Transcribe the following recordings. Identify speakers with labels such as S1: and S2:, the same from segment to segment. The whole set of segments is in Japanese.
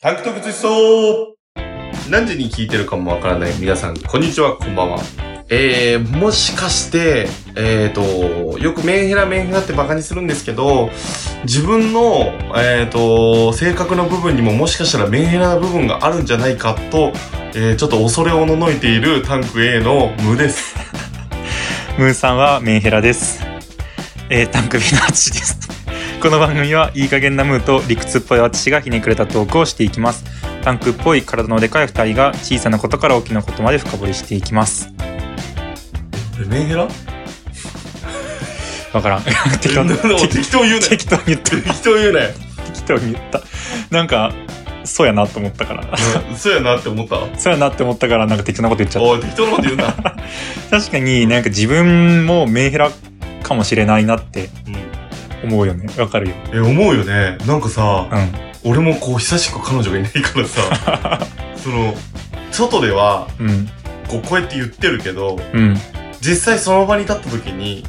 S1: タンクトップ実装何時に聞いてるかもわからない皆さん、こんにちは、こんばんは。えー、もしかして、えーと、よくメンヘラメンヘラってバカにするんですけど、自分の、えーと、性格の部分にももしかしたらメンヘラな部分があるんじゃないかと、えーちょっと恐れおののいているタンク A の無です。
S2: ムーさんはメンヘラです。えー、タンクビのあちです。この番組はいい加減なムーと理屈っぽい私がひねくれたトークをしていきます。タンクっぽい体のでかい二人が小さなことから大きなことまで深掘りしていきます。
S1: えメン ヘラ
S2: わからん。適当に
S1: 適当言うなよ。
S2: 適当に言った。
S1: 適当言うなよ。
S2: 適当に言った。なんか、そうやなと思ったから。
S1: うんそうやなって思った。
S2: そうやなって思ったからなんか適当なこと言っちゃっ
S1: おい、適当なこと言うな。
S2: た。確かになんか自分もメンヘラかもしれないなって思うよね。わかるよ。
S1: え、思うよね。なんかさ、
S2: うん。
S1: 俺もこう久しく彼女がいないからさ その外では
S2: うん。
S1: こうこうやって言ってるけど
S2: うん。
S1: 実際その場に立った時に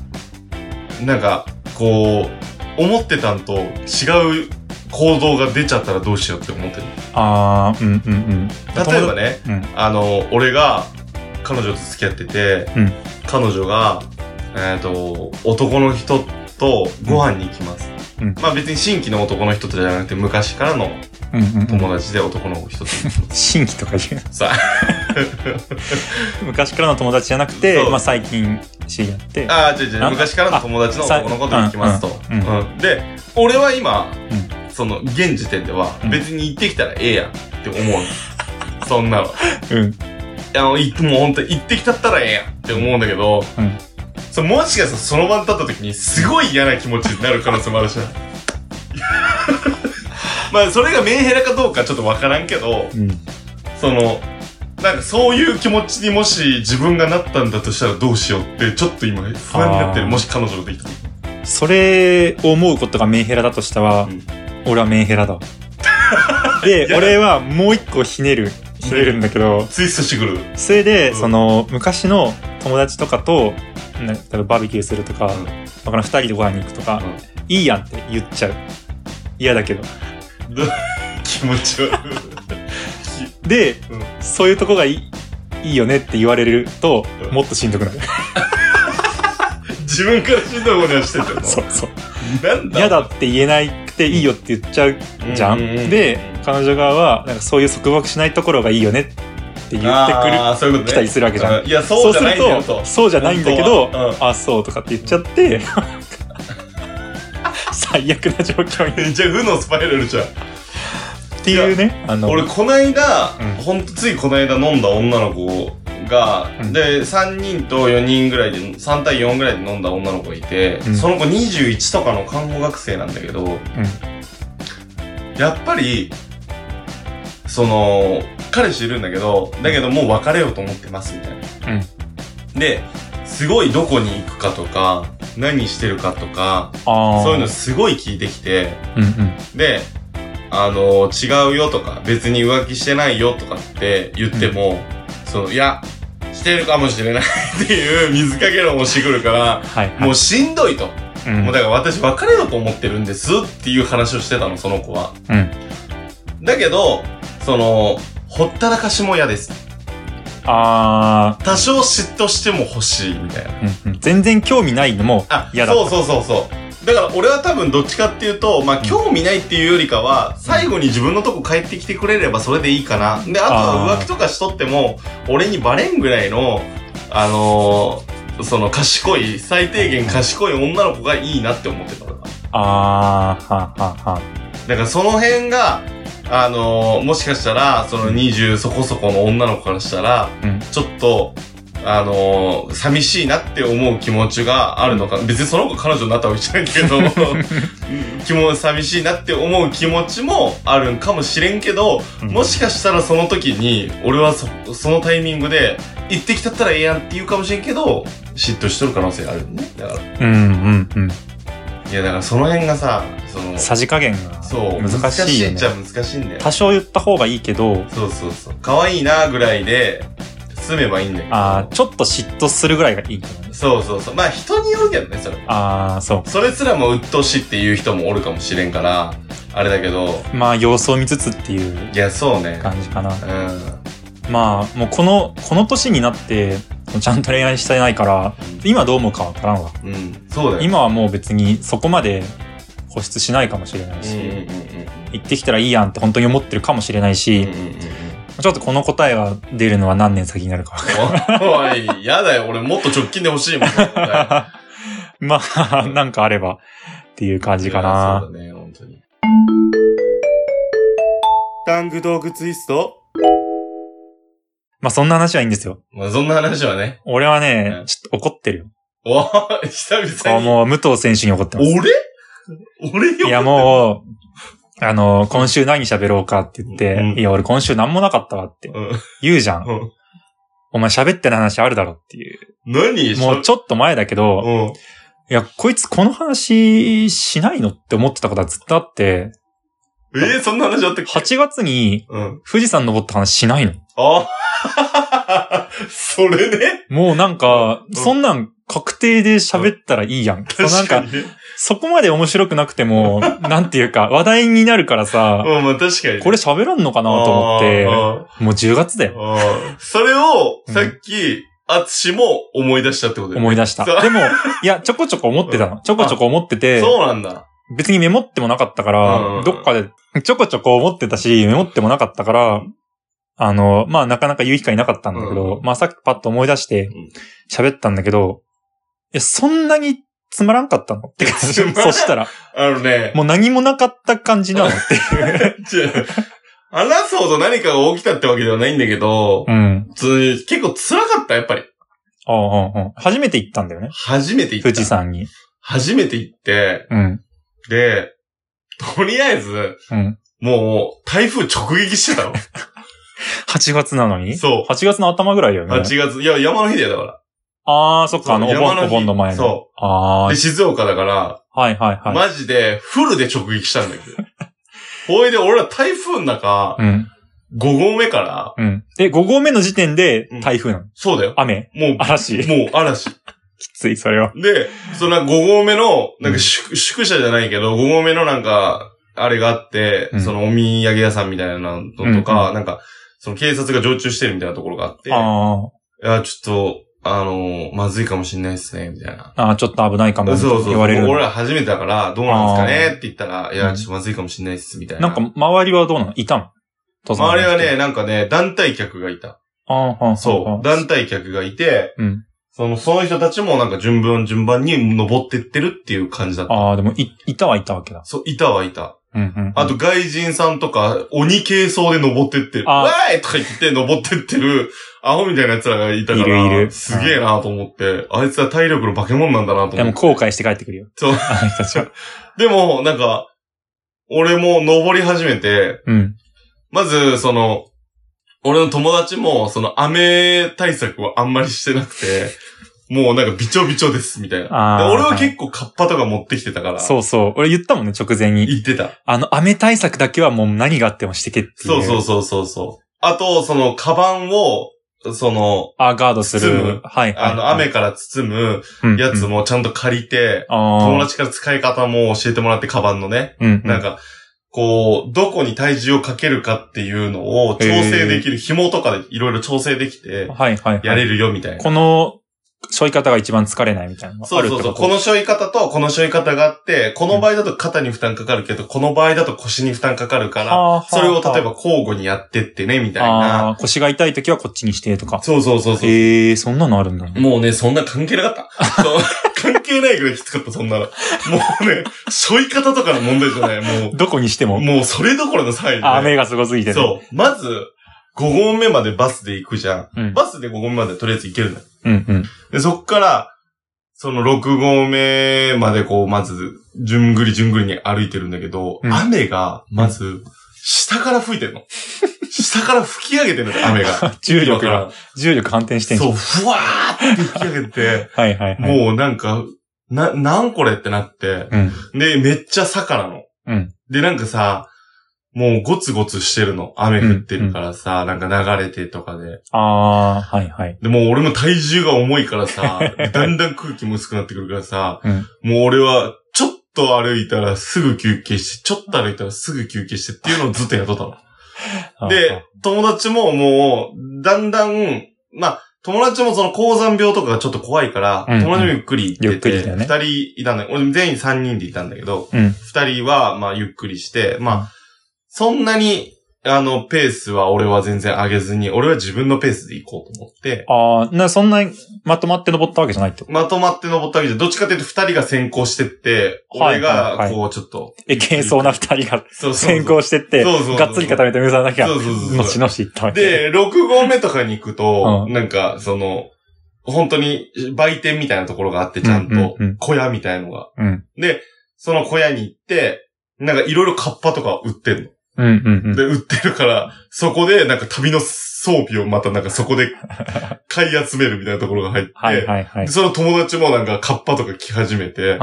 S1: なんかこう思ってたんと違う行動が出ちゃったらどうしようって思ってる
S2: ああ、うんうんうん。
S1: 例えばね
S2: うん。
S1: あの俺が彼女と付き合ってて、
S2: うん
S1: 彼女が、えー、と男の人とご飯に行きます、
S2: うん
S1: まあ別に新規の男の人とじゃなくて昔からの
S2: うんうんうん、
S1: 友達で男の人と
S2: 新規とか言う
S1: さ
S2: 昔からの友達じゃなくて
S1: そ、う
S2: まあ、最近知り合って
S1: ああ、違う違う、
S2: あ
S1: 昔からの友達の男の子と行きますと。
S2: うんうん
S1: うんで、俺は今、
S2: う
S1: その、現時点では
S2: う、ん
S1: 別に行ってきたらええやんって思うの。そんなの。
S2: うん
S1: あの、いもうほんと、行ってきたったらええやんって思うんだけど、
S2: うん
S1: そもしかしたらその場に立った時に、すごい嫌な気持ちになる可能性もある しな。まあ、それがメンヘラかどうかちょっとわからんけど、
S2: うん
S1: その、なんかそういう気持ちにもし自分がなったんだとしたらどうしようって、ちょっと今不安になってる。
S2: あー
S1: もし彼女ができたら。
S2: それを思うことがメンヘラだとしたら、
S1: うん
S2: 俺はメン ヘラだわで
S1: いや
S2: 俺はもう一個ひねるひねるんだけど
S1: ツイストしてくる。
S2: それで、
S1: うん
S2: その昔の友達とかとな例えばバーベキューするとか、
S1: うん
S2: だから2人でご飯に行くとか、いいやんって言っちゃう嫌だけど
S1: 気持ち悪い。
S2: で、
S1: うん
S2: そういうとこがいいいいよねって言われると、
S1: うん
S2: もっとしんどくなる
S1: 自分から死んだことはしてたの。
S2: そうそう
S1: なんだ
S2: 嫌だって言えなくていいよって言っちゃうじゃん。
S1: うんうんうん
S2: で彼女側はなんかそういう束縛しないところがいいよねって言ってくる
S1: あーそういうこ
S2: 来
S1: と
S2: た
S1: ね
S2: り。するわけじゃん。
S1: うんいや、そうじゃないんだよ
S2: そうする
S1: と
S2: と。そうじゃないんだけど
S1: 本当はうん
S2: あそうとかって言っちゃって、 最悪な状況 に
S1: じゃあ、負のスパイラルじゃん。
S2: っていうねあの
S1: 俺、こないだ
S2: うん、
S1: ほんとついこないだ飲んだ女の子が
S2: う、ん
S1: で、3人と4人ぐらいで、3対4ぐらいで飲んだ女の子がいて
S2: う、ん
S1: その子21とかの看護学生なんだけど、やっぱり、その、彼氏いるんだけど、だけどもう別れようと思ってますみたいな。で、すごいどこに行くかとか、何してるかとか、
S2: あー
S1: そういうのすごい聞いてきて、
S2: うんうん
S1: で、あの、違うよとか、別に浮気してないよとかって言っても、その、いや、してるかもしれないっていう水かけ論をしてくるから、
S2: はいはい
S1: もうしんどいと。
S2: うん
S1: もうだから私別れようと思ってるんですっていう話をしてたの、その子は。
S2: うん
S1: だけど、その、ほったらかしも嫌です。
S2: あ
S1: 多少嫉妬しても欲しいみたいな。
S2: ー、うんうん、全然興味ないのも
S1: あ、
S2: 嫌だ
S1: そうそうそうそう。だから俺は多分どっちかっていうと、まあ
S2: ん
S1: 興味ないっていうよりかは、最後に自分のとこ帰ってきてくれればそれでいいかな。で、あとは
S2: あ
S1: 浮
S2: ー
S1: 気とかしとっても、俺にバレんぐらいの、あのーその賢い、最低限賢い女の子がいいなって思ってたから。
S2: あーはあはあはあ
S1: だからその辺が、あのーもしかしたら、その20そこそこの女の子からしたら、
S2: うん
S1: ちょっと、あのー寂しいなって思う気持ちがあるのか、別にその子彼女になったわけじゃないけ ど、気も寂しいなって思う気持ちもあるんかもしれんけど、
S2: うん
S1: もしかしたらその時に、俺はそ、そのタイミングで、行ってきたったらええやんって言うかもしれんけど、嫉妬しとる可能性あるよね。だから、
S2: うんうんうん
S1: いやだからその辺がさ、その、
S2: さじ加減が
S1: そう、
S2: 難しいよ
S1: 難
S2: ね
S1: っちゃ難しいんだよ。
S2: 多少言った方がいいけど
S1: そうそうそう。可愛いなぐらいで、住めばいいんだけど。
S2: あーちょっと嫉妬するぐらいがいいかな
S1: そうそうそう。まあ人によるけどね、それ。
S2: あーそう
S1: それすらも鬱陶しいっていう人もおるかもしれんから、あれだけど、
S2: まあ様子を見つつっていう
S1: いや、そうね。
S2: 感じかな
S1: うん。う
S2: まあもうこのこの年になってちゃんと恋愛してないから今どう思うかわからんわ
S1: んうん、そうだよ。
S2: 今はもう別にそこまで固執しないかもしれない
S1: うんうんうん
S2: し行ってきたらいいやんって本当に思ってるかもしれないし、
S1: うんうんうんうん
S2: ちょっとこの答えが出るのは何年先になるかわかんない
S1: おおい、やだよ。俺もっと直近で欲しいもん。感
S2: まあ、なんかあればっていう感じかな。
S1: そうだね、本当に。タング道具ツイスト
S2: まあそんな話はいいんですよ。
S1: まあ、そんな話はね。
S2: 俺は
S1: う
S2: ね
S1: ん、
S2: ちょっと怒ってるよ。
S1: おー久
S2: あ
S1: 々に。
S2: もう武藤選手に怒ってます。
S1: 俺俺よ。
S2: いやもう、あの、今週何喋ろうかって言って、
S1: うん
S2: いや俺今週何もなかったわって
S1: うん。
S2: 言うじゃん。
S1: うん
S2: お前喋ってない話あるだろっていう。
S1: 何
S2: もうちょっと前だけど、
S1: ょ、
S2: いや、こいつこの話しないのって思ってたことはずっとあって、
S1: うん。えー、そんな話あったっけ
S2: 8月に
S1: うん。
S2: 富士山登った話しないの。
S1: あ それね。
S2: もうなんか
S1: う、ん
S2: そんなん確定で喋ったらいいやん。そうな
S1: 確
S2: ん
S1: か
S2: か
S1: に、ね。
S2: そこまで面白くなく ても、なんていうか、話題になるからさ、
S1: うん、まあ確かにね。
S2: これ喋らんのかなと思って、もう10月だよ。
S1: 思って。それを、さっき、あつしも思い出したってことだよね
S2: 思い出した。
S1: そう
S2: でも、いや、ちょこちょこ思ってたの。ちょこちょこ思ってて、
S1: そうなんだ。
S2: 別にメモってもなかったか
S1: うん
S2: ら、どっかで、ちょこちょこ思ってたし、メモってもなかったから、あの、まあ、なかなか言う機会なかったんだけど、まあ、さっきパッと思い出して
S1: うん、
S2: 喋ったんだけど、いや、そんなにつまらんかったのって感じ。
S1: つ
S2: そ
S1: まらん
S2: したら、
S1: あのね。
S2: もう何もなかった感じな のっていう。
S1: 違う話すほど何かが起きたってわけではないんだけど
S2: う、ん。
S1: 普通に結構辛かった、やっぱり。
S2: ああああああ初めて行ったんだよね。
S1: 初めて行った。
S2: 富士山に。
S1: 初めて行って、
S2: うん。
S1: で、とりあえず、
S2: うん。
S1: もう、台風直撃してたの。
S2: 8月なのに
S1: そう
S2: ?8 月の頭ぐらいだよね。
S1: 8月。いや、山の日だよ、だか
S2: ああ、そっか、あの、
S1: そ
S2: お
S1: う山の日
S2: 盆、お盆の前の。
S1: そ
S2: あ
S1: ら。
S2: あ
S1: で、、静岡だから、
S2: はいはいはい。
S1: マジで、フルで直撃したんだけど。ほいで、俺ら台風の中、
S2: うん。
S1: 5合目から、
S2: うん。で、5合目の時点で台風なの。
S1: そうだよ。
S2: 雨
S1: もう、
S2: 嵐
S1: もう嵐。
S2: きつい、それは。
S1: で、その5合目の、なん
S2: うん
S1: か宿、宿舎じゃないけど、5合目のなんか、あれがあって、
S2: うん
S1: そのお土産屋さんみたいなのとか、なんか、その警察が常駐してるみたいなところがあって、
S2: あ
S1: いや、ちょっと、あのーまずいかもしんないっすね、みたいな。
S2: あ、ああ、ちょっと危ないかも、
S1: そうそう
S2: 言われる。
S1: 俺ら初めてだから、どうなんですかねって言ったら、いや、
S2: うん
S1: ちょっとまずいかもしんないっす、みたいな。
S2: なんか、周りはどうなのいたの
S1: 周りは、ね、なんかね、団体客がいた。
S2: 登山の人ああ、
S1: そう。
S2: だ
S1: 団体客がいて、
S2: うん。
S1: その、その人たちもなんか順番順番に登ってってるっていう感じだった。
S2: ああ、でも、い、いたはいたわけだ。
S1: そう、いたはいた。
S2: うんうん。
S1: あと外人さんとか、鬼系装で登ってってる。
S2: あ
S1: わーいとか言って登ってってる、アホみたいな奴らがいたから、
S2: いるいる
S1: すげえなと思って、あいつは体力の化け物なんだなと
S2: で
S1: 思
S2: も
S1: っ
S2: 後
S1: て。
S2: 悔して帰ってくるよ。
S1: そう
S2: あの人たちは。
S1: でも、なんか、俺も登り始めて、
S2: うん。
S1: まず、その、俺の友達も、その、雨対策をあんまりしてなくて、 もうなんかびちょびちょです、みたいな。で
S2: ああ。
S1: 俺は結構カッパとか持ってきてたから、
S2: そうそう。俺言ったもんね、直前に。
S1: 言ってた。
S2: あの、雨対策だけはもう何があってもしてけっていう。
S1: そうそうそうそうそう。あと、その、カバンを、その、
S2: あ、ガードす
S1: 包
S2: る
S1: む。
S2: はいはい。
S1: あの、雨から包む
S2: 雨
S1: やつ。もちゃんと借りて、友
S2: ああ。
S1: 達から使い方も教えてもらって、カバンのね。
S2: うん。
S1: なんか、こう、どこに体重をかけるかっていうのを調整できる、紐とかでいろいろ調整できて、
S2: はいはいはい。
S1: やれるよみたいな。
S2: この、背負い方が一番疲れないみたいなのがあ
S1: そう
S2: るっ
S1: そ
S2: て
S1: う
S2: こ
S1: そ
S2: と
S1: う。この背負い方とこの背負い方があって、この場合だと肩に負担かかるけど、この場合だと腰に負担かかるから、
S2: あー
S1: それを例えば
S2: は
S1: 交互にやってってね、みたい
S2: あ
S1: な。
S2: あー、腰が痛い時はこっちにしてとか。
S1: そうそうそうそう。
S2: ええ、そんなのあるんだね。
S1: もうね、そんな関係なかった。 そう関係ないぐらいきつかった、そんなの。もうね、背負い方とかの問題じゃない。も
S2: どこにして
S1: う、
S2: も。
S1: もうそれどころの際に、
S2: あ、
S1: ね。
S2: 雨がすごすぎてね。
S1: そう。まず、5合目までバスで行くじゃん。
S2: うん。
S1: バスで5合目までとりあえず行けるのよ。
S2: うんうん。
S1: で、そっから、その6合目までこう、まず、じゅんぐりじゅんぐりに歩いてるんだけど、
S2: うん
S1: 雨が、まず、下から吹いてんの。下から吹き上げ てるのよ、雨が。
S2: 重力が、重力反転してんじゃ
S1: そ
S2: ん。
S1: う、ふわーって吹き上げて、
S2: はい はいはい。
S1: もうなんか、な、なんこれってなって、
S2: うん。
S1: で、めっちゃ坂なの。
S2: うん
S1: で、なんかさ、もうゴツゴツしてるの。雨降ってるからさ、なんか流れてとかで。
S2: ああ、はいはい。
S1: で、もう俺も体 重が重いからさ、だんだん空気も薄くなってくるからさ、
S2: うん
S1: もう俺は、ちょっと歩いたらすぐ休憩して、ちょっと歩いたらすぐ休憩してっていうのをずっとやっとったの。で、友達ももう、だんだん、まあ、友達もその高山病とかがちょっと怖いから、
S2: うんうん
S1: 友達もゆっくり行って
S2: ゆっくり
S1: て、
S2: だよ
S1: 二、
S2: ね
S1: 人いたんだけど、俺全員三人でいたんだけど、
S2: うん
S1: 二人は、まあ、ゆっくりして、まあ、そんなに、あの、ペースは俺は全然上げずに、俺は自分のペースで行こうと思って、
S2: ああ、な、そんな、まとまって登ったわけじゃないってこと
S1: まとまって登ったわけじゃん、どっちかというと二人が先行してって、
S2: はい
S1: 俺が
S2: は、い
S1: こう、ちょっと、
S2: え、軽装な二人
S1: そうそ
S2: が
S1: うそう
S2: 先行してって、
S1: そうそうそう
S2: がっつり固めて無駄だけが、
S1: そうそうそうそう
S2: のしのし行ったわけ。、
S1: で、6号目とかに行くと、
S2: う
S1: なんか、その、本当に売店みたいなところがあって、ちゃん
S2: うん
S1: と
S2: うんうん、
S1: 小屋みたいのが。
S2: うん。
S1: で、その小屋に行って、なんかいろいろカッパとか売ってる
S2: うんうんう
S1: の。
S2: ん。
S1: で、売ってるから、そこでなんか旅の装備をまたなんかそ こで買い集めるみたいなところが入って、
S2: はいはいはい
S1: で。その友達もなんかカッパとか着始めて
S2: う、んうん。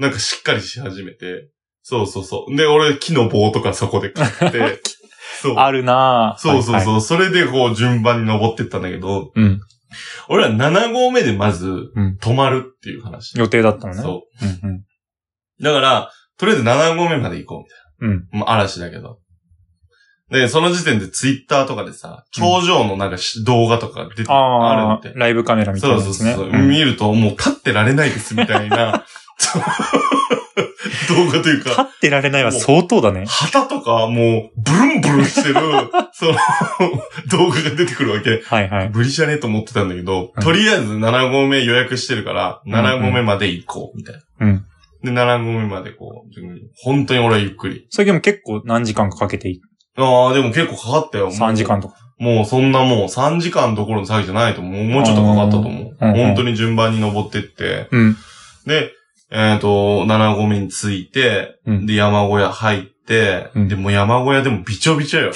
S1: なんかしっかりし始めて、そうそうそう。で、俺木の棒とかそこで買 って、そう。
S2: あるなぁ。
S1: そうそうそう。
S2: はいはい
S1: それでこう順番に登ってったんだけど、
S2: うん。
S1: 俺ら7号目でまず
S2: うん、
S1: 止まるっていう話。
S2: 予定だったのね。
S1: そ
S2: うんうん。
S1: う。だから、とりあえず7合目まで行こうみたい
S2: うん。
S1: な。もう嵐だけど。で、その時点でツイッターとかでさ、頂上のなんかし動画とか出て、あ
S2: あ
S1: る
S2: あ
S1: ん、で。
S2: ライブカメラみたい
S1: そ
S2: な
S1: う
S2: や
S1: そう
S2: つ
S1: そ
S2: ね。
S1: う。
S2: ん
S1: 見るともう立ってられないですみたい な、そう 動画という
S2: 立
S1: か、
S2: ってられないは相当だね。
S1: 旗とかもうブルンブルンしてる、 その動画が出てくるわけ。
S2: はいはい。
S1: 無理じゃねえと思ってたんだけど、
S2: うん
S1: とりあえず7合目予約してるから、7合目まで行こう、みたいな。
S2: うん。
S1: で、7合目までこう、本当に俺はゆっくり。
S2: それでも結構何時間かかけてい
S1: ああ、でも結構かかったよ。もう
S2: 3時。間とか。
S1: もうそんなもう3時間どころの詐欺じゃないと思う。もうちょっとかかったと思う。
S2: うんうん
S1: 本当に順番に登ってって。
S2: うん。
S1: で、えっ、と、7合目に着いて、
S2: うん
S1: で、山小屋入って、
S2: うん
S1: で、もう山小屋でもびちょびちょ よ。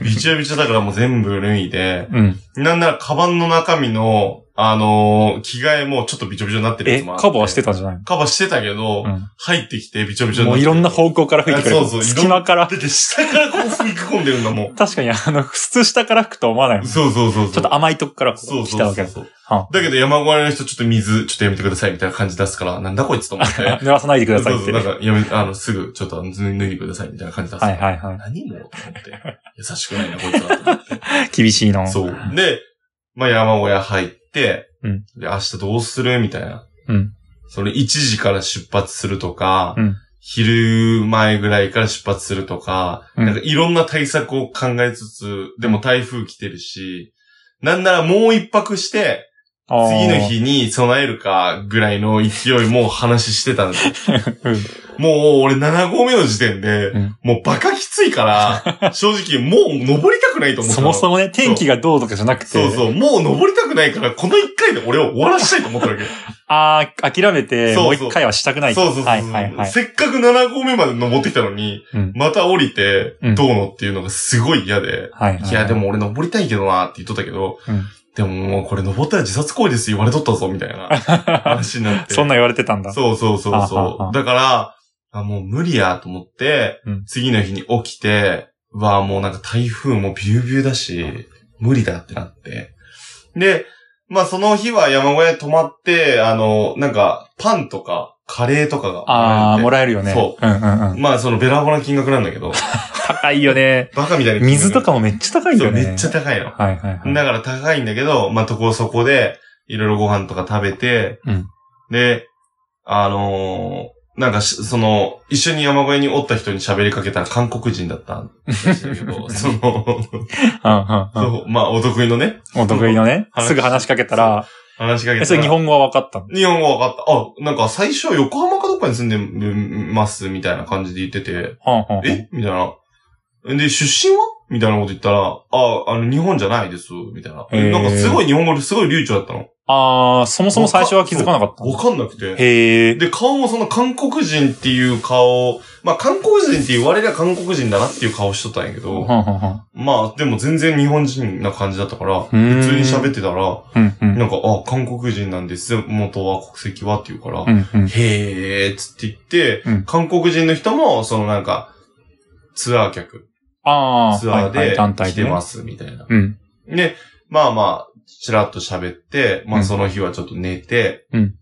S1: びちょびちょだからもう全部脱いで、
S2: うん。
S1: なんなら、カバンの中身の、あのー着替えもちょっとびちょびちょになってるや
S2: え、
S1: つもあって。
S2: カバーしてたんじゃない
S1: カバーしてたけど、
S2: の
S1: 入ってきてびちょびち
S2: う
S1: ょに
S2: ん。も
S1: なっ
S2: う
S1: て
S2: い
S1: る
S2: ろんな方向から吹いてくる。
S1: あそうそう
S2: 隙間から。
S1: だって下からこう吹き込んでるんだも
S2: 確かに、あの、普通下から吹くとは思わないも
S1: ん。
S2: ん。ち
S1: そうそうそうそう。
S2: ょっと甘いとこから
S1: そう
S2: 来
S1: そ
S2: た
S1: う
S2: わ
S1: そ
S2: け
S1: う
S2: だ。
S1: そう。
S2: は
S1: だけど山小屋の人ちょっと水、ちょっとやめてくださいみたいな感じ出すから、なんだこいつと思って。
S2: あ 濡らさないでください
S1: そう
S2: っ
S1: そ
S2: て。
S1: うな
S2: は
S1: ん
S2: い
S1: か、やめ、あの、すぐ、ちょっと、脱いでくださいみたいな感じ出すから。
S2: はいはい。
S1: 何もと思って。優しくないな、こいつはと思 って。
S2: 厳しいな。
S1: そう。で、まあ、山小屋入って、
S2: うん
S1: で、明日どうするみたいな。
S2: うん
S1: それ1時から出発するとか、
S2: うん
S1: 昼前ぐらいから出発するとか、
S2: うん
S1: なんかいろんな対策を考えつつ、でも台風来てるし、なんならもう一泊して、
S2: あー
S1: 次の。日に備えるかぐらいの勢いも話してたんですよ。
S2: うん
S1: もう俺7合目の時点で、
S2: うん
S1: もうバカきつい から、正直もう登りたくないと思った
S2: そ
S1: の
S2: もそもね、天気がどうとかじゃなくて。
S1: そうそう、もう登りたくないから、この一回で俺を終わらしたいと思ったわけ。
S2: ああ、諦めて、
S1: そ
S2: もう
S1: うそう
S2: 一回はしたくないと。
S1: そうそうそうそう、
S2: はいはいはい。
S1: せっかく7合目まで登ってきたのに、
S2: うん
S1: また降りて
S2: うん、
S1: どうのっていうのがすごい嫌で、
S2: はいはい
S1: いや、で、も俺登りたいけどなって言っとったけど、
S2: うん
S1: でももうこれ登ったら自殺行為です言われとったぞ、みたいな話にな って。
S2: そんな言われてたんだ。
S1: そうそうそう
S2: はあは
S1: そ
S2: あ
S1: う。だから、あもう無理やと思って、
S2: うん
S1: 次の日に起きて、うわもうなんか台風もビュービューだし、無理だってなって。で、まあその日は山小屋に泊まって、あの、なんかパンとかカレーとかが
S2: ああ、も
S1: ら
S2: らえるよね。。
S1: そう
S2: うんうんうん
S1: え。てまあそのべらぼうな金額なんだけど、
S2: 高いよね。
S1: バカみたいな金額。
S2: 水とかもめっちゃ高い
S1: そ
S2: よ
S1: う、
S2: ね。
S1: めっちゃ高いの。
S2: はいはいはい。
S1: だから高いんだけど、まあ、とこそこで、いろいろご飯とか食べて、
S2: うん
S1: で、あのーなんかし、その、一緒に山小屋におった人に喋りかけたら韓国人だったんだ けど、その、
S2: うんうんうん。
S1: そうまあ、お得意のね、
S2: お得意のね
S1: 話。
S2: すぐ話しかけたら、
S1: 話しかけたら
S2: え、それ日本語は分かったの
S1: 日本語分かった。あ、なんか最初横浜かどっかに住んでます、みたいな感じで言ってて、
S2: はんはんはん
S1: えみたいな。で、出身はみたいなこと言ったら、あ、あの、日本じゃないです、みたいな。
S2: へー
S1: なんかすごい日本語ですごい流暢だったの。
S2: ああ、そもそも最初は気づかなかったの。
S1: わかんなくて。
S2: へえ。
S1: で、顔もその韓国人っていう顔、まあ韓国人って言われりゃ韓国人だなっていう顔しとったんやけ
S2: はん
S1: ど、
S2: はんはん。
S1: まあでも全然日本人な感じだったから、普
S2: 普
S1: 通に喋ってたら、
S2: うんうん。
S1: なんか、あ、韓国人なんです、元は国籍はって言うから、
S2: うんうん。
S1: へーっつって言って、
S2: うん
S1: 韓国人の人も、そのなんか、ツアー客、
S2: ああ、
S1: ツアー
S2: はいは
S1: で
S2: い団体。
S1: 来てますす、みたいな。
S2: うん。
S1: で、まあまあ、ちらっと喋って、ま
S2: う
S1: あ
S2: ん
S1: その日はちょっと寝て、
S2: うん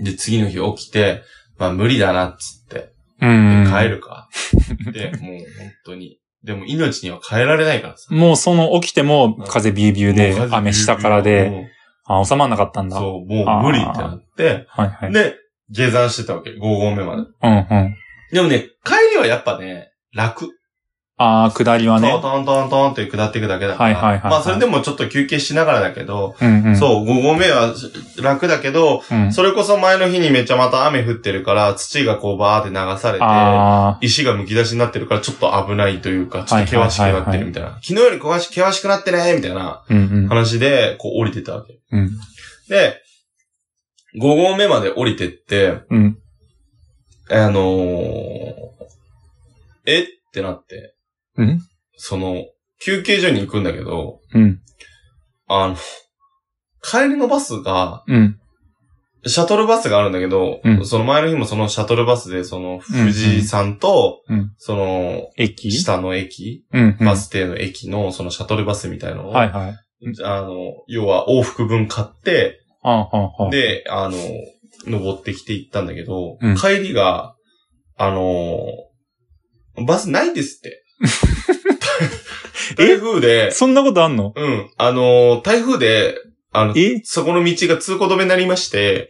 S1: で、次の日起きて、まあ無理だなっつって、
S2: うん。
S1: 帰るか。で、もう本当に。でも命には変えられないからさ。
S2: もうその起きても風ビュービュー
S1: もう風
S2: で、
S1: 邪
S2: 雨下からで、。あ、収まんなかったん
S1: もう
S2: だ。
S1: そう、もう無理ってなって、
S2: はいはい。
S1: で、下山してたわけ。5合目まで。
S2: うんうん。
S1: でもね、帰りはやっぱね、楽。
S2: ああ、下りはね。
S1: トントントントンって下っていくだけだから。
S2: はいはいはいはい
S1: まあそれでもちょっと休憩しながらだけど、
S2: うんうん。
S1: そう、5合目は楽だけど、
S2: うん。
S1: それこそ前の日にめっちゃまた雨降ってるから、土がこうバーって流されて、
S2: あ
S1: 石が剥き出しになってるからちょっと危ないというか、ちょっと険しくなってるみたいな。昨日より険し険しくなってねみたいな
S2: あ、うん
S1: 話で、こう降りてたわけ。
S2: うん。うん。
S1: で、5合目まで降りてって、
S2: うん。
S1: あのー、えってなって、
S2: うん
S1: その、休憩所に行くんだけど、
S2: うん。
S1: あの、帰りのバスが、
S2: うん。
S1: シャトルバスがあるんだけど、
S2: うん
S1: その前の日もそのシャトルバスで、その、富士山と、
S2: うんうん
S1: その、
S2: 駅
S1: 下の駅、
S2: うん。うん
S1: バ。ス停の駅のそのシャトルバスみたいのを、
S2: はいはい。
S1: あの、要は往復分買って、
S2: ああ、はあ、はあ。
S1: で、あの、登ってきて行ったんだけど、
S2: うん
S1: 帰りが、あの、バスないですっ て。台風で、
S2: そんなことあんの
S1: うん、あの、台風で、あの、
S2: え
S1: そこの道が通行止めになりまして、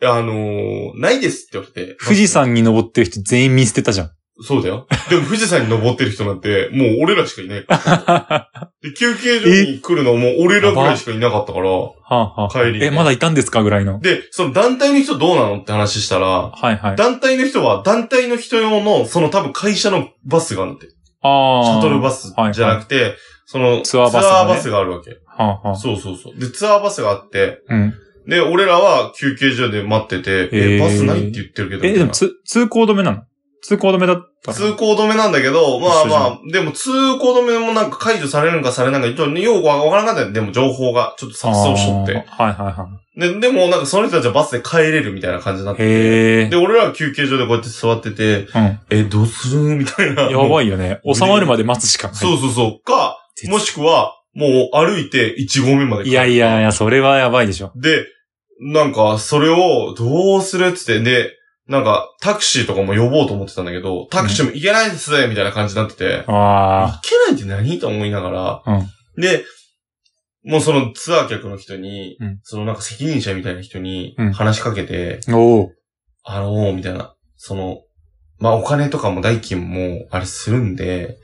S2: え
S1: あの、ないですって言われて。
S2: 富士山に登ってる人全員見捨てたじゃん。
S1: そうだよ。でも富士山に登ってる人なんて、もう俺らしかい ないから。
S2: は
S1: で休憩所に来るのも俺らぐらいしかいなかったから、
S2: あはあ
S1: 帰りね
S2: え、まだいたんですかぐらいの。
S1: で、その団体の人どうなのって話したら、
S2: はいはい。
S1: 団体の人は団体の人用の、その多分会社のバスがあるんだって。シ
S2: ああ。
S1: ャトルバスじゃなくて、その
S2: ツアーバスがね
S1: ツアーバスがあるわけ。
S2: はあはあ。
S1: そうそうそう。で、ツアーバスがあって、
S2: うん。
S1: で、俺らは休憩所で待ってて、
S2: へ
S1: え、
S2: ー
S1: バスないって言ってるけど。
S2: え、
S1: みた
S2: で
S1: い
S2: も
S1: な
S2: つ、通行止めなの通行止めだったの
S1: 通行止めなんだけど、まあ
S2: 一緒じゃん
S1: まあ、でも通行止めもなんか解除されるのかされないのか、ちょっとよくわからなかったよでも情報がちょっと錯綜しとっ
S2: あ
S1: て。
S2: ーはいはいは
S1: で、でもなんかその人たちはバスで帰れるみたいな感じになっ
S2: い。
S1: て。
S2: へえ。
S1: で、俺らは休憩所でこうやって座ってて、
S2: うん。
S1: え、どうするみたいな。
S2: やば
S1: い。
S2: いよね。収まるまで待つしかない。
S1: そうそうそう。か、
S2: 絶
S1: もしくは、もう歩いて1合目まで。
S2: いやいやい。や、それはやばいでしょ。
S1: で、なんか、それをどうするっつって、で、なんか、タクシーとかも呼ぼうと思ってたんだけど、タクシーも行けないですね、みたいな感じになってて、
S2: あ
S1: 行けないって何と思いながら、で、もうそのツアー客の人に、
S2: うん
S1: そのなんか責任者みたいな人に
S2: うん
S1: 話しかけて、
S2: あ。おお。
S1: あのー、みたいな、その、まあ、お金とかも代金も、あれするんで、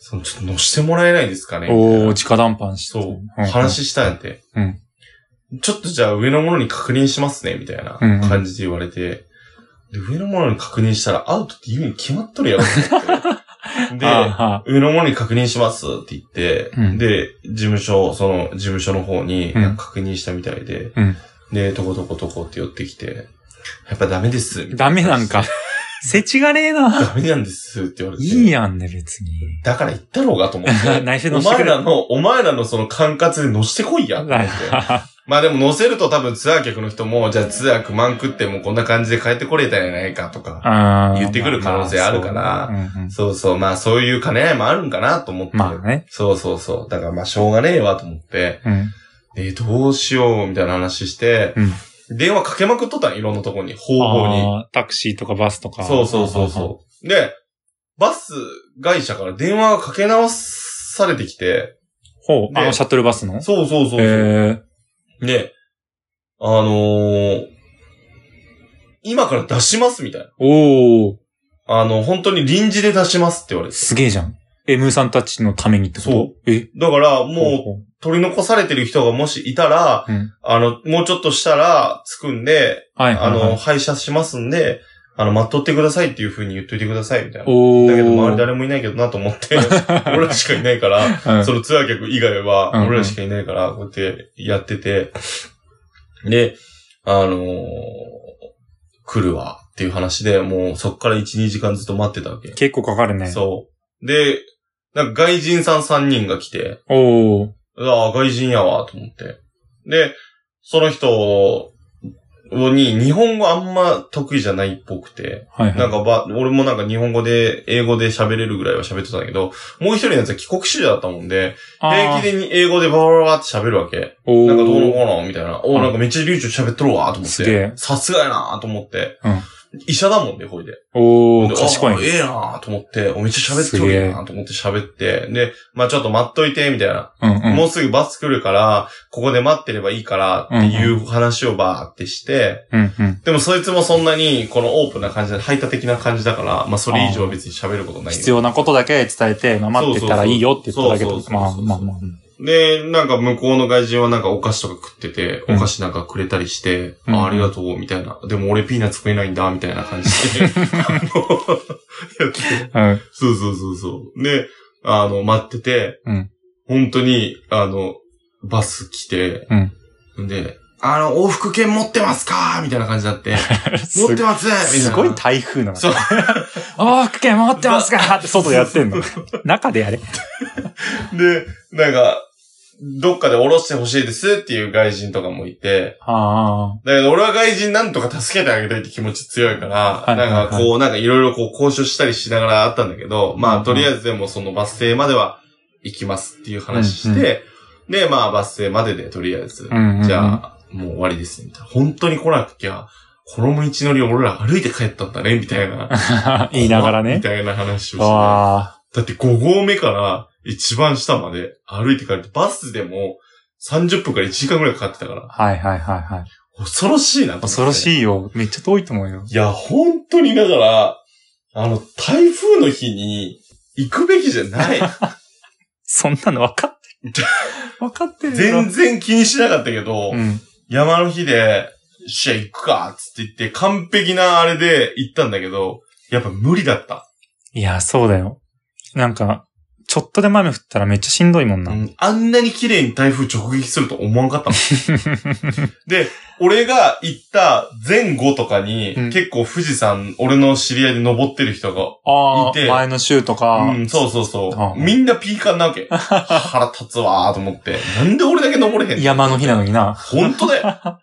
S1: その、ちょっと乗してもらえないですかねみたいな
S2: おお、直談判して。
S1: そう、話したんやて。
S2: うん
S1: ちょっとじゃあ上のものに確認しますね、みたいな
S2: うんうん
S1: 感じで言われて、で、上のものに確認したらアウトって言うに決まっとるやろ って
S2: で、
S1: で、
S2: は
S1: 上のものに確認しますって言って、
S2: うん
S1: で、事務所、その事務所の方に
S2: うん
S1: 確認したみたいで、
S2: うん
S1: で、とことことこって寄ってきて、やっぱダメです。みたい
S2: ダメな んか。せちがねえな。
S1: なダメなんですって言われ
S2: い
S1: て。
S2: いやんね、別に。
S1: だから言ったろうがと思って。
S2: 内緒
S1: お
S2: のして
S1: 前
S2: くれ。
S1: らの、お前らのその管轄で乗してこいやって思 って。まあでも乗せると多分ツアー客の人も、じゃあツアー9万食ってもうこんな感じで帰ってこれたんじゃないかとか。
S2: あー
S1: 言ってくる可能性あるから
S2: まあまあそううんうん
S1: そうそう、まあそういう兼ね合いもあるんかなと思って。
S2: まあね。
S1: そうそうそう。だからまあしょうがねえわと思って。
S2: うん。
S1: で、どうしようみたいな話して、電話かけまくっとったんいろんなとこに、方々に。
S2: あータクシーとかバスとか。
S1: そうそうそうそう。で、バス会社から電話がかけ直されてきて、
S2: ほう、
S1: で
S2: あのシャトルバスの
S1: そうそうそうそう。
S2: え
S1: で、あのー今から出しますみたいな。
S2: ー、おー、
S1: あの、本当に臨時で出しますって言われて。
S2: すげえじゃん。え、ムーさんたちのためにってこと。
S1: そう
S2: え
S1: だから、もう、
S2: ほ
S1: 取り残されてる人がもしいたら、
S2: う。うん。
S1: あの、もうちょっとしたら、つくんで、
S2: はいは
S1: あ
S2: いはい。
S1: の、廃車しますんで、あの、待っとってくださいっていう風に言っといてください、みたいな。
S2: おー。
S1: だけど、周り誰もいないけどなと思 って、俺らしかいないから、
S2: うん
S1: そのツアー客以外は、
S2: うんうん
S1: 俺らしかいないから、こうやってやってて、で、あのー来るわっていう話で、もうそっから1、2時間ずっと待ってたわけ。
S2: 結構かかるね。
S1: そう。で、なんか外人さん3人が来て、
S2: おー。
S1: ああ、外人やわ、と思って。で、その人に日本語あんま得意じゃないっぽくて、
S2: はいはい。
S1: なんかば、俺もなんか日本語で、英語で喋れるぐらいは喋ってたんだけど、もう一人のやつは帰国子女だったもんで、平
S2: あー
S1: 気でに英語でバラバラって喋るわけ。
S2: お
S1: なんかどうの
S2: ー
S1: こうのみたいな。お
S2: う
S1: ー
S2: ん
S1: なんかめっちゃ流暢に喋っとるわ、と思っ
S2: すげ
S1: て
S2: え。
S1: さすがやな、と思って。
S2: うん
S1: 医者だもんね、ほいで。
S2: おー、
S1: で
S2: 賢い
S1: あ
S2: ね。
S1: ええなと思って、おめっちゃ喋ってるやなと思って喋って、で、まあちょっと待っといて、みたいな。
S2: うんうん。
S1: もうすぐバス来るから、ここで待ってればいいから、っていう話をバーってして、
S2: うんうん。
S1: でもそいつもそんなに、このオープンな感じで、排他的な感じだから、まあそれ以上は別に喋ることないよ
S2: 必要なことだけ伝えて、まあ待ってたらいいよって言っただけ
S1: そうそ
S2: と
S1: う。そう
S2: まあ
S1: そうそう
S2: まあまあ。
S1: で、なんか向こうの外人はなんかお菓子とか食ってて、
S2: うん
S1: お菓子なんかくれたりして、
S2: うん
S1: あありがとう、みたいな。でも俺ピーナッツ食えないんだ、みたいな感じ で。あのやって
S2: うん。
S1: そうそうそうそう。で、あの、待ってて、
S2: うん
S1: 本当に、あの、バス来て、で、あの、往復券持ってますかみたいな感じになって、
S2: す
S1: 持ってますみたいな。
S2: すごい台風なの。
S1: そう。
S2: おー、クケ持ってますかって外でやっ てんの。中でやれ。
S1: で、なんか、どっかで降ろしてほしいですっていう外人とかもいて、
S2: ああ。
S1: だけど俺は外人なんとか助けてあげたいって気持ち強いから、
S2: いはいはい
S1: なんかこう、なんかいろいろこう交渉したりしながらあったんだけど、
S2: うん
S1: ま
S2: う
S1: あ
S2: ん
S1: とりあえずでもそのバス停までは行きますっていう話して、で、まあバス停まででとりあえず、
S2: うんうん。
S1: じゃあもう終わりですね、みたいな。本当に来なきゃ、衣一乗り俺ら歩いて帰ったんだね、みたいな。
S2: あ。 言いながら
S1: み
S2: ね。
S1: たいな話をして、
S2: わ
S1: だって5合目から一番下まで歩いて帰って、バスでも30分から1時間くらいかかってたから、
S2: あ。はいはいはいはい。
S1: 恐ろしいなと思って。
S2: 恐ろしいよ。めっちゃ遠いと思うよ。
S1: いや、本当にだから、あの、台風の日に行くべきじゃ ない。
S2: そんなの分 かってる。分かってるよ
S1: 全。然気にしなかったけど、
S2: うん。
S1: 山の日で、じゃあ行くか、つって言って、完璧なあれで行ったんだけど、やっぱ無理だった。
S2: いや、そうだよ。なんか、ちょっとでも雨降ったらめっちゃしんどいもんな。
S1: うんあんなに綺麗に台風直撃すると思わんかったもん。で、俺が行った前後とかに、
S2: うん
S1: 結構富士山、俺の知り合いで登ってる人が
S2: ああ
S1: い、て
S2: 前の週とか。
S1: うん、そうそうそ
S2: ああ
S1: う。みんなピーカンなわけ。腹立つわーと思って。なんで俺だけ登れへんの
S2: 山の日なのにな。
S1: 本当だよ。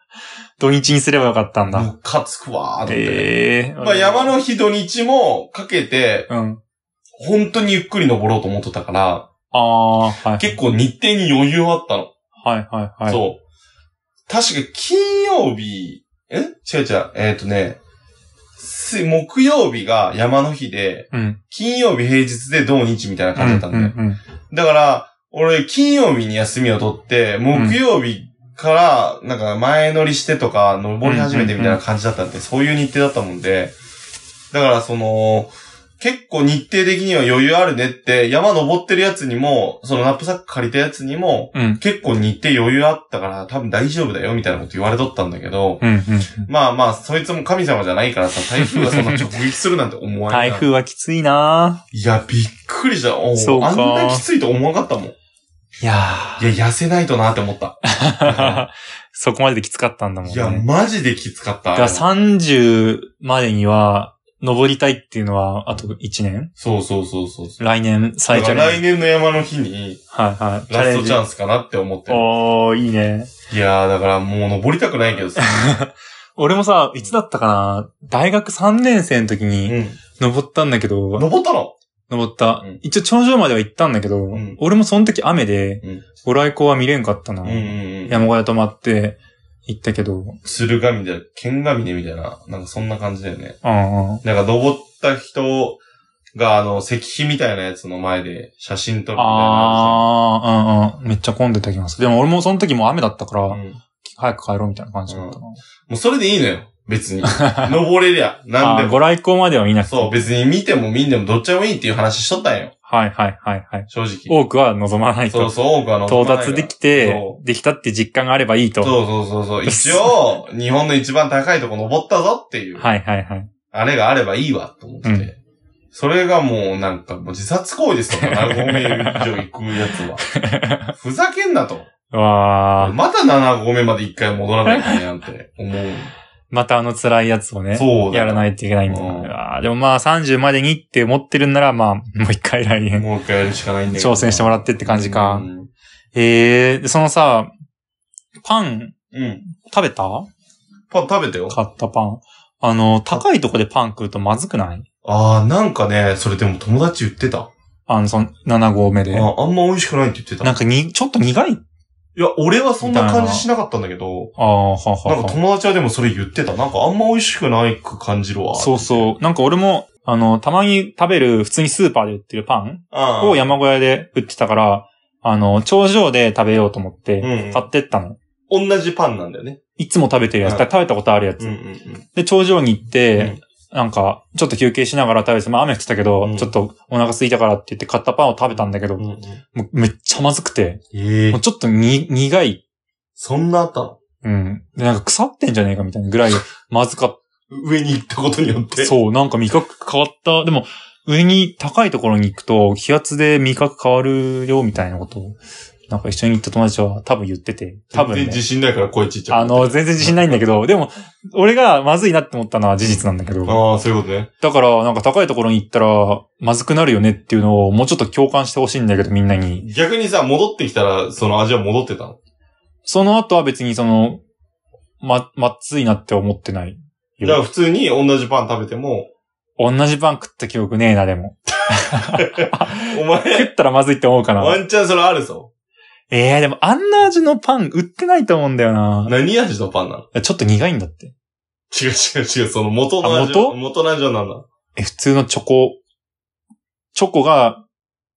S2: 土日にすればよかったんだ。
S1: ムカつくわーと思って。
S2: ええ
S1: まあ山の日土日もかけて、
S2: うん。
S1: 本当にゆっくり登ろうと思ってたから、
S2: ああ、はい。
S1: 結構日程に余裕あったの。
S2: はいはいはい。
S1: そう。確か金曜日、え違う違う。えっ、とね、す木曜日が山の日で、
S2: う。うん。
S1: 金曜日平日で土日みたいな感じだったんだよ。
S2: うんうん
S1: だから、俺、金曜日に休みを取って、木曜日から、なんか前乗りしてとか、登り始めてみたいな感じだったんで、そういう日程だったもんで、だからその、結構日程的には余裕あるねって、山登ってるやつにも、そのナップサック借りたやつにも、
S2: うん。うん。
S1: 結構日程余裕あったから、多分大丈夫だよ、みたいなこと言われとったんだけど、
S2: うんうん
S1: まあまあ、そいつも神様じゃないからさ、台風がそんな直撃するなんて思
S2: うん。
S1: わな
S2: 台
S1: い。
S2: 風はきついない
S1: や、びっくりした。おう
S2: そうか
S1: あんなきついと思わなかったもん。
S2: いや
S1: いや、痩せないとなって思った。
S2: ー そこまでできつかったんだもん
S1: い
S2: ね。
S1: や、マジできつかった。
S2: だから30までには、登りたいっていうのは、あと1年
S1: そうそうそうそうそう。
S2: 来年
S1: だ
S2: 再チ
S1: か
S2: ャ
S1: ら
S2: レン
S1: 来
S2: ジ。
S1: 年の山の日に、
S2: はいはい。
S1: ラストチ
S2: ャ
S1: ャ
S2: ン
S1: ンスかなって思ってる。
S2: おー、いいね。
S1: いやー、だからもう登りたくないけどさ。
S2: 俺もさ、いつだったかな大学3年生の時
S1: う
S2: に
S1: ん。
S2: 登ったんだけど、
S1: 登ったの
S2: 登った。
S1: うん
S2: 一応頂上までは行ったんだけど、
S1: ん
S2: 俺もその時雨で、
S1: うん
S2: ご来光は見れんかったな。
S1: うんうんうん。
S2: 山小屋泊まって行ったけど、
S1: 鶴神みたいな、剣神みたいな、なんかそんな感じだよね。
S2: あ
S1: なんか登った人が、あの、石碑みたいなやつの前で写真撮るみたいな
S2: あ、
S1: のあ
S2: ああ、うんうん、めっちゃ混んでた気がする。でも俺もその時もう雨だったから、
S1: るじゃんうんも
S2: 早く帰ろうみたいな感じだったな。
S1: うそれでいいのよ。別 に。登れりゃ。なん
S2: あ
S1: で
S2: あ、
S1: も。
S2: ご来光までは見なくて。
S1: そう、別に見ても見んでもどっちでもいいっていう話しとったんよ。
S2: はいはいはいはい。
S1: 正直。
S2: 多くは望まない
S1: そう
S2: と。
S1: そう、多くはの。
S2: 到達できて
S1: そ、
S2: できたって実感があればいいと。
S1: そうそうそうそう。一応、日本の一番高いとこ登ったぞっていう、
S2: はいはいはい。
S1: あれがあればいいわと思ってて。
S2: うん
S1: それがもうなんか、もう自殺行為ですと か、7合目以上行くやつは。ふざけんなと。
S2: わあ、
S1: また7合目まで一回戻らないかねなんて思う。
S2: またあの辛いやつを ね。
S1: そうだ。。
S2: やらないいといけないんだ。
S1: うん
S2: うわーでもまあ30までにって思ってるんなら、まあ、もう一回来年
S1: もう一回やるしかないんだけど。
S2: 挑戦してもらってって感じか。
S1: うん。
S2: ええでそのさ、パン、
S1: うん。
S2: 食べた
S1: パン食べてよ。
S2: 買ったパン。あの、高いとこでパン食うとまずくない
S1: あー、なんかね、それでも友達言ってた。
S2: あの、その7合目で。
S1: ああんま美味しくないって言ってた。
S2: なんかに、ちょっと苦い
S1: いや、俺はそんな感じしなかったんだけど、
S2: ああ、はは
S1: なんか
S2: は。
S1: 友達はでもそれ言ってた。なんかあんま美味しくないく感じるわ。
S2: そうそう。なんか俺も、あの、たまに食べる、普通にスーパーで売ってるパン
S1: ああ。
S2: を山小屋で売ってたから、あの、頂上で食べようと思って、
S1: うん
S2: 買ってったの。
S1: 同じパンなんだよね。
S2: いつも食べてるやつ、
S1: うん
S2: だから食べたことあるやつ。
S1: うんうん
S2: で、頂上に行って、なんか、ちょっと休憩しながら食べて、まあ雨降ってたけど、
S1: うん
S2: ちょっとお腹空いたからって言って買ったパンを食べたんだけど、
S1: うん。
S2: も
S1: うんうん、
S2: うめっちゃまずくて、
S1: ええ
S2: もうちょっとに、苦い。
S1: そんなあったの
S2: うん。で、なんか腐ってんじゃねえかみたいなぐらい、まずかっ
S1: 上に行ったことによって。
S2: た。そう、なんか味覚変わった。でも、上に高いところに行くと、気圧で味覚変わるよ、みたいなことを、なんか一緒に行った友達は多分言ってて、多分、
S1: 全然
S2: ね
S1: 自。信ないから声ちっちゃく
S2: あの、全然自信ないんだ けど、でも、俺がまずいなって思ったのは事実なんだけど。
S1: ああ、そういうことね。
S2: だから、なんか高いところに行ったら、まずくなるよねっていうのを、もうちょっと共感してほしいんだけど、みんなに。
S1: 逆にさ、戻ってきたら、その味は戻ってたの。
S2: その後は別にその、ま、まっついなって思ってない。
S1: だから普通に同じパン食べても、
S2: 同じパン食った記憶ねえな、でも。
S1: お 前、
S2: 食ったらまずいって思うか
S1: ワ
S2: な。
S1: ンチャンそれあるぞ。
S2: ええでもあんな味のパン売ってないと思うんだよな。
S1: 何味のパンなの
S2: ちょっと苦いんだって。
S1: 違う違う違う、その元の味
S2: あ元
S1: は。元の味は何だ
S2: え、普通のチョコ、チョコが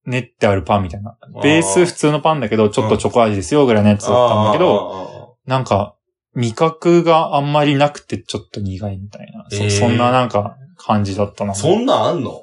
S2: 練ってあるパンみたいな。ベース普通のパンだけど、ちょっとチョコ味ですよ、ぐらいのやつだったんだけど、
S1: ど、
S2: なんか、味覚があんまりなくてちょっと苦いみたいな。そ,、
S1: えー
S2: んななんか感じだったな。
S1: そんなんあんの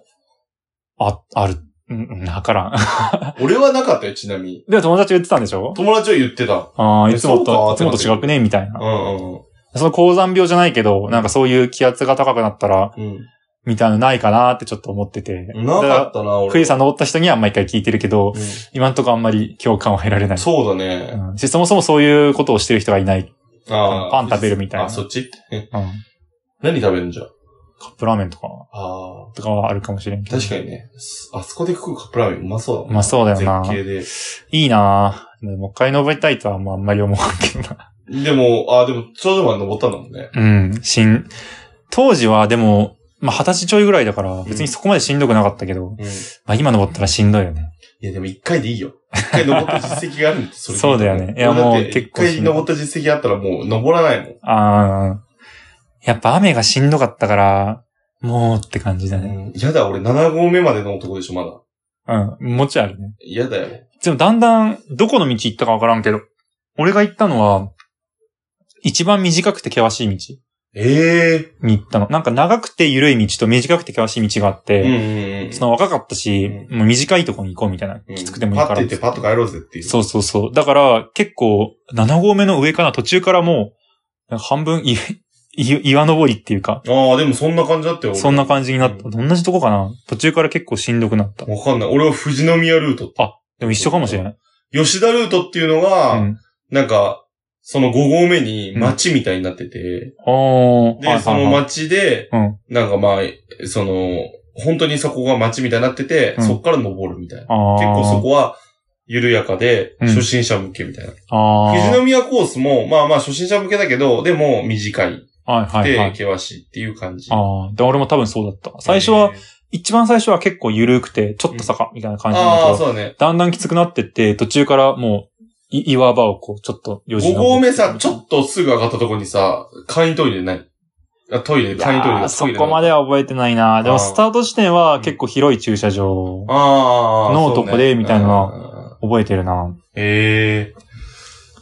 S2: あ、ある。うん、うんわからん。
S1: 俺はなかったよ、ちなみに。
S2: でも友達が言ってたんでしょ
S1: 友達は言ってた。
S2: ああ、いつもと、い
S1: え
S2: つ
S1: そう
S2: も
S1: か
S2: と違くねみたいな
S1: う。んうん
S2: その高山病じゃないけど、なんかそういう気圧が高くなったら、
S1: うん。
S2: みたいなのないかなってちょっと思ってて。
S1: うん。なか
S2: だ
S1: ったな、
S2: らクイ
S1: 俺。
S2: さん登った人には毎回聞いてるけど、
S1: うん
S2: 今んとこあんまり共感は得られない。
S1: そうだね。
S2: うんしそもそもそういうことをしてる人がいない。
S1: あー
S2: パン食べるみたいな
S1: あ、そっちえ
S2: うん
S1: 何食べるんじゃ
S2: カップラーメンとか、
S1: ああ。
S2: とかはあるかもしれんけど。
S1: 確かにね。すあそこで食うカップラーメンうまそうだもん
S2: まあそうだよな。
S1: 絶
S2: いいなぁ。もう一回登りたいとはもうあんまり思わんけ どな。
S1: 景で。でも、ああ、でも、頂上まで登ったんだもんね。
S2: うん、しん、当時はでも、まあ二十歳ちょいぐらいだから、別にそこまでしんどくなかったけど、
S1: うん。い
S2: まあ今登ったらしんどいよね。
S1: や、でも一回でいいよ。一回登った実績があるんだってそれでいい
S2: そうだよねい
S1: 俺
S2: や
S1: だって
S2: もう結構
S1: 一回登った実績あったらもう登らないもん。
S2: あー、やっぱ雨がしんどかったから、もうって感じだね。
S1: うん、やだ、俺7合目までの男でしょ、まだ。
S2: うん、もちろんあるね。
S1: やだよ。
S2: でもだんだん、どこの道行ったかわからんけど、俺が行ったのは、一番短くて険しい道
S1: え
S2: に行ったの。なんか長くて緩い道と短くて険しい道があっ
S1: え
S2: て、
S1: うんうんうん。
S2: その若かったし、もう短いとこに行こうみたいな。
S1: うん
S2: きつくてもいいから。
S1: パッて行ってパッと帰ろうぜっていう。
S2: そうそうそう。だから、結構、7合目の上かな、途中からもう、半分い、 い岩登りっていうか、
S1: ああ、でもそんな感じだったよ。俺
S2: そんな感じになった。
S1: う
S2: 同じとこかな途中から結構しんどくなった。
S1: わかんない。俺は富士宮ルートって。
S2: でも一緒かもしれない。
S1: 吉田ルートっていうのが、
S2: うん。
S1: なんか、その5合目に町みたいになってて、
S2: おー。はいはいは
S1: で、
S2: い
S1: その町で、
S2: うん
S1: なんかまあ、その、本当にそこが町みたいになってて、
S2: うん
S1: そっから登るみたいな。
S2: あー
S1: 結構そこは緩やかで、
S2: うん
S1: 初心者向けみたいな。
S2: あー
S1: 富士宮コースも、まあまあ初心者向けだけど、でも短い。
S2: はいはいは
S1: で、
S2: い。
S1: 険しいっていう感じ。
S2: ああ。で、俺も多分そうだった。最初は、
S1: えー、
S2: 一番最初は結構緩くて、ちょっと坂みたいな感じなんだ
S1: あ
S2: け
S1: あ、
S2: ど、
S1: そうだね。
S2: だんだんきつくなってって、途中からもう、い岩場をこう、ちょっと4時
S1: 5合目さ、ちょっとすぐ上がったとこにさ、簡易トイレないあトイレ、
S2: い
S1: 簡易トイレ
S2: やー
S1: だ
S2: そ
S1: トイレ
S2: こま
S1: で。
S2: では覚えてないな。で
S1: あ
S2: も
S1: ー
S2: スタート地点は結構広い駐車場
S1: ああ。
S2: の
S1: そうね
S2: とこでみたいなのは
S1: うんうんうん
S2: 覚えてるな。
S1: え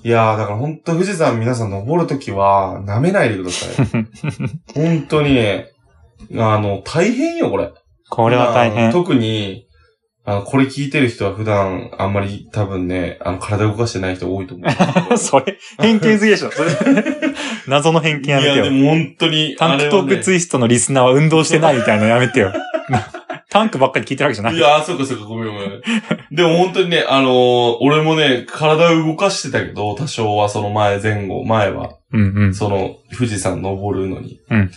S1: えいやー、だからほんと富士山皆さん登るときは、舐めないでください。 ほんとにね、あの、大変よ、これ。
S2: これは大
S1: まあ
S2: 変。
S1: 特に、あの、これ聞いてる人は普段、あんまり多分ね、あの、体動かしてない人多いと思う。
S2: それ、偏見すぎでしょ。それ 謎の偏見
S1: い
S2: やめ
S1: や、
S2: て
S1: で
S2: よ。
S1: もほんとに、
S2: タンクトークツイストのリスナーは運動してないみたいなのやめ てよ。タンクばっかり聞いてるわけじゃないい。
S1: やー、そうかそうか、ごめんごめん。でも本当にね、あのー俺もね、体を動かしてたけど、多少はその前、前後、前は、
S2: うんうん。
S1: その、富士山登るのに。
S2: うん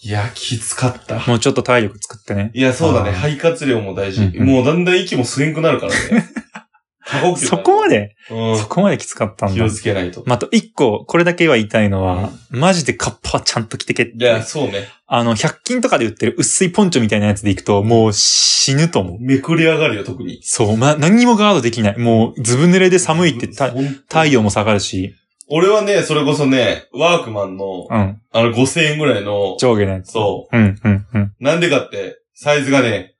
S1: いや、きつかった。
S2: もうちょっと体力作ってね。
S1: いや、そうだね。
S2: あー
S1: 肺活量も大事。
S2: うんうん
S1: もうだんだん息も吸えんくなるからね。過呼吸だ
S2: そこまで、
S1: うん
S2: そこまできつかったん
S1: 気
S2: だ
S1: を。つけないと。
S2: まあ、あと一個、これだけは言いたいのは、マジでカッパはちゃんと着てけって。
S1: いや、そうね。
S2: あの、100均とかで売ってる薄いポンチョみたいなやつで行くと、もう死ぬと思う。
S1: めくり上がるよ、特に。
S2: そう、ま、何にもガードできない。もう、ずぶ濡れで寒いって、た
S1: ほんと
S2: 太陽も下がるし、
S1: 俺はね、それこそね、ワークマンの、
S2: うん、
S1: あの5000円ぐらいの、
S2: 上下のやつ。
S1: そ
S2: うん、うん、うん。
S1: う。なんでかって、サイズがね、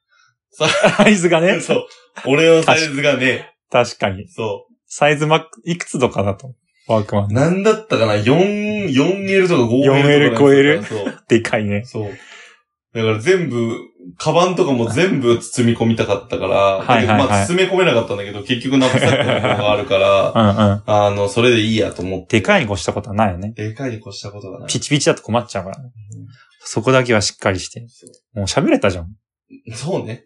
S2: サイズがね、
S1: そう。俺のサイズがね、
S2: 確かに。
S1: そ
S2: サイズマック、いくつとかだと。ワークマ
S1: う。
S2: ン。
S1: なんだったかな、4、4L とか 5L とか。
S2: 4L
S1: そう。
S2: でかいね。
S1: そう。だから全部、カバンとかも全部包み込みたかったから、
S2: はいはい
S1: だけどま
S2: は
S1: あ
S2: い
S1: 包め込めなかったんだけど、結局ナップサックの方があるから、
S2: うん、うん。
S1: あの、それでいいやと思って。
S2: でかいに越したことはないよね。
S1: でかいに越したことがない。
S2: ピチピチだと困っちゃうからね。そこだけはしっかりして。もう喋れたじゃん。
S1: そうね。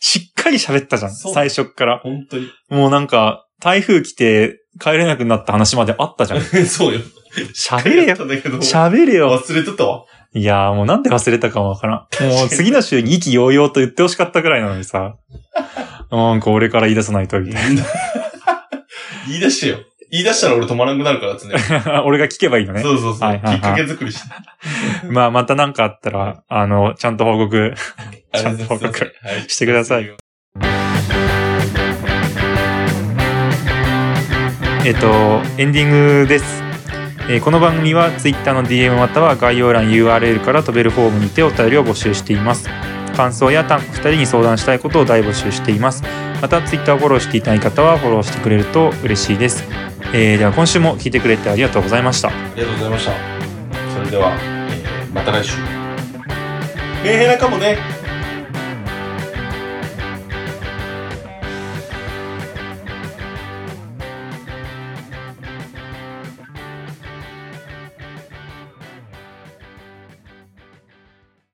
S2: しっかり喋ったじゃん。
S1: そう
S2: 最初っから。
S1: 本当に。
S2: もうなんか、台風来て帰れなくなった話まであった じゃん。
S1: そうよ。
S2: 喋れ
S1: やっ
S2: よ。
S1: たんだけど。
S2: 喋れよ。
S1: 忘れてたわ。
S2: いやーもうなんで忘れたかもわ からん。もう次の週に意気揚々と言ってほしかったくらいなのにさ。 なんか俺から言い出さないと、みたい
S1: 言い出してよ。言い出したら俺止まらなくなるから、 常に。そ
S2: な。俺が聞けばいいのね。
S1: うそうそう。
S2: はいはいはい
S1: きっかけ作りして。
S2: まあまたなんかあったら、あの、ちゃんと報告ちゃんと報告
S1: ありがとうございますはい
S2: してください。えっと、エンディングです。えーこの番組は Twitter の DM または概要欄 URL から飛べるフォームにてお便りを募集しています。感想やタンク2人に相談したいことを大募集しています。また Twitter をフォローしていない方はフォローしてくれると嬉しいです。えーでは今週も聞いてくれてありがとうございました。
S1: ありがとうございました。それでは、えーまた来週。メンヘラかもね。